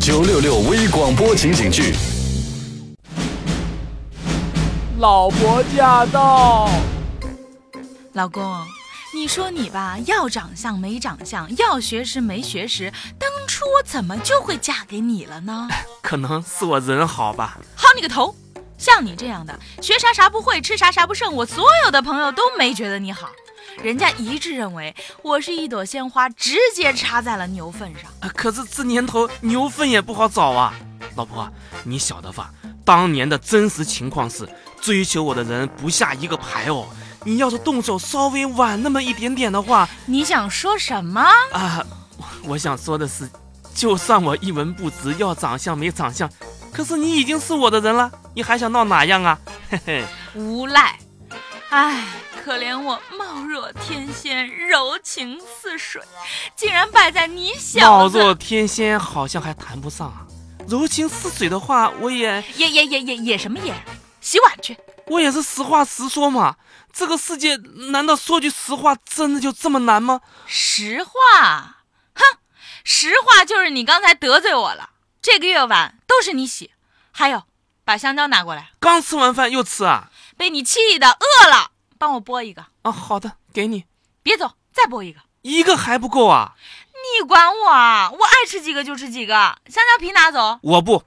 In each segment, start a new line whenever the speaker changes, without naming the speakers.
九六六微广播情景剧，
老婆驾到！
老公，你说你吧，要长相没长相，要学识没学识，当初我怎么就会嫁给你了呢？
可能是我人好吧。
好你个头！像你这样的，学啥啥不会，吃啥啥不剩，我所有的朋友都没觉得你好，人家一致认为我是一朵鲜花，直接插在了牛粪上。
啊可是这年头牛粪也不好找啊。老婆，你晓得吧？当年的真实情况是，追求我的人不下一个牌哦。你要是动手稍微晚那么一点点的话，
你想说什么？
啊，我我想说的是，就算我一文不值，要长相没长相，可是你已经是我的人了，你还想闹哪样啊？嘿嘿，
无赖！唉，可怜我貌若天仙，柔情似水，竟然败在你
貌
小子。
若天仙好像还谈不上啊，柔情似水的话，我也
也也也也也什么也？洗碗去！
我也是实话实说嘛。这个世界难道说句实话真的就这么难吗？
实话，哼，实话就是你刚才得罪我了。这个月碗都是你洗，还有把香蕉拿过来，
刚吃完饭又吃啊？
被你气的饿了，帮我剥一个，
啊，好的，给你
别走，再剥一个。
一个还不够啊？
你管我啊？我爱吃几个就吃几个，香蕉皮拿走。
我不，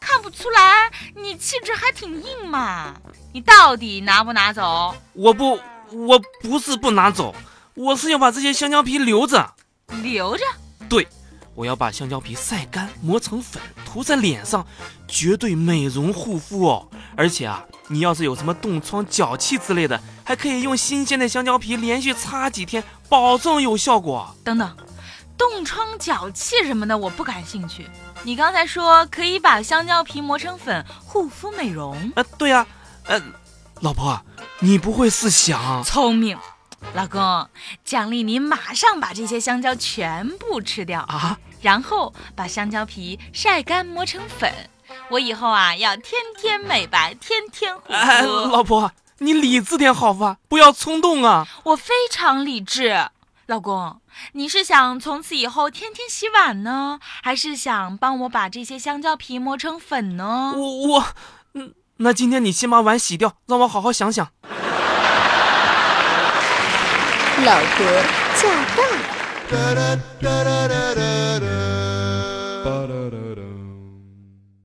看不出来，你气质还挺硬嘛。你到底拿不拿走？
我不，我不是不拿走，我是要把这些香蕉皮留着。
留着。
对，我要把香蕉皮晒干，磨成粉，涂在脸上，绝对美容护肤哦。而且啊，你要是有什么冻疮、脚气之类的，还可以用新鲜的香蕉皮连续擦几天，保证有效果。
等等，冻疮、脚气什么的，我不感兴趣。你刚才说可以把香蕉皮磨成粉护肤美容，
啊，对啊，呃，老婆啊，你不会是想
聪明。老公，奖励你马上把这些香蕉全部吃掉，
啊？
然后把香蕉皮晒干磨成粉。我以后啊要天天美白，天天护肤。
哎，老婆，你理智点好吧，不要冲动啊。
我非常理智，老公，你是想从此以后天天洗碗呢，还是想帮我把这些香蕉皮磨成粉呢？
我我，嗯，那今天你先把碗洗掉，让我好好想想。
老婆驾到。
哒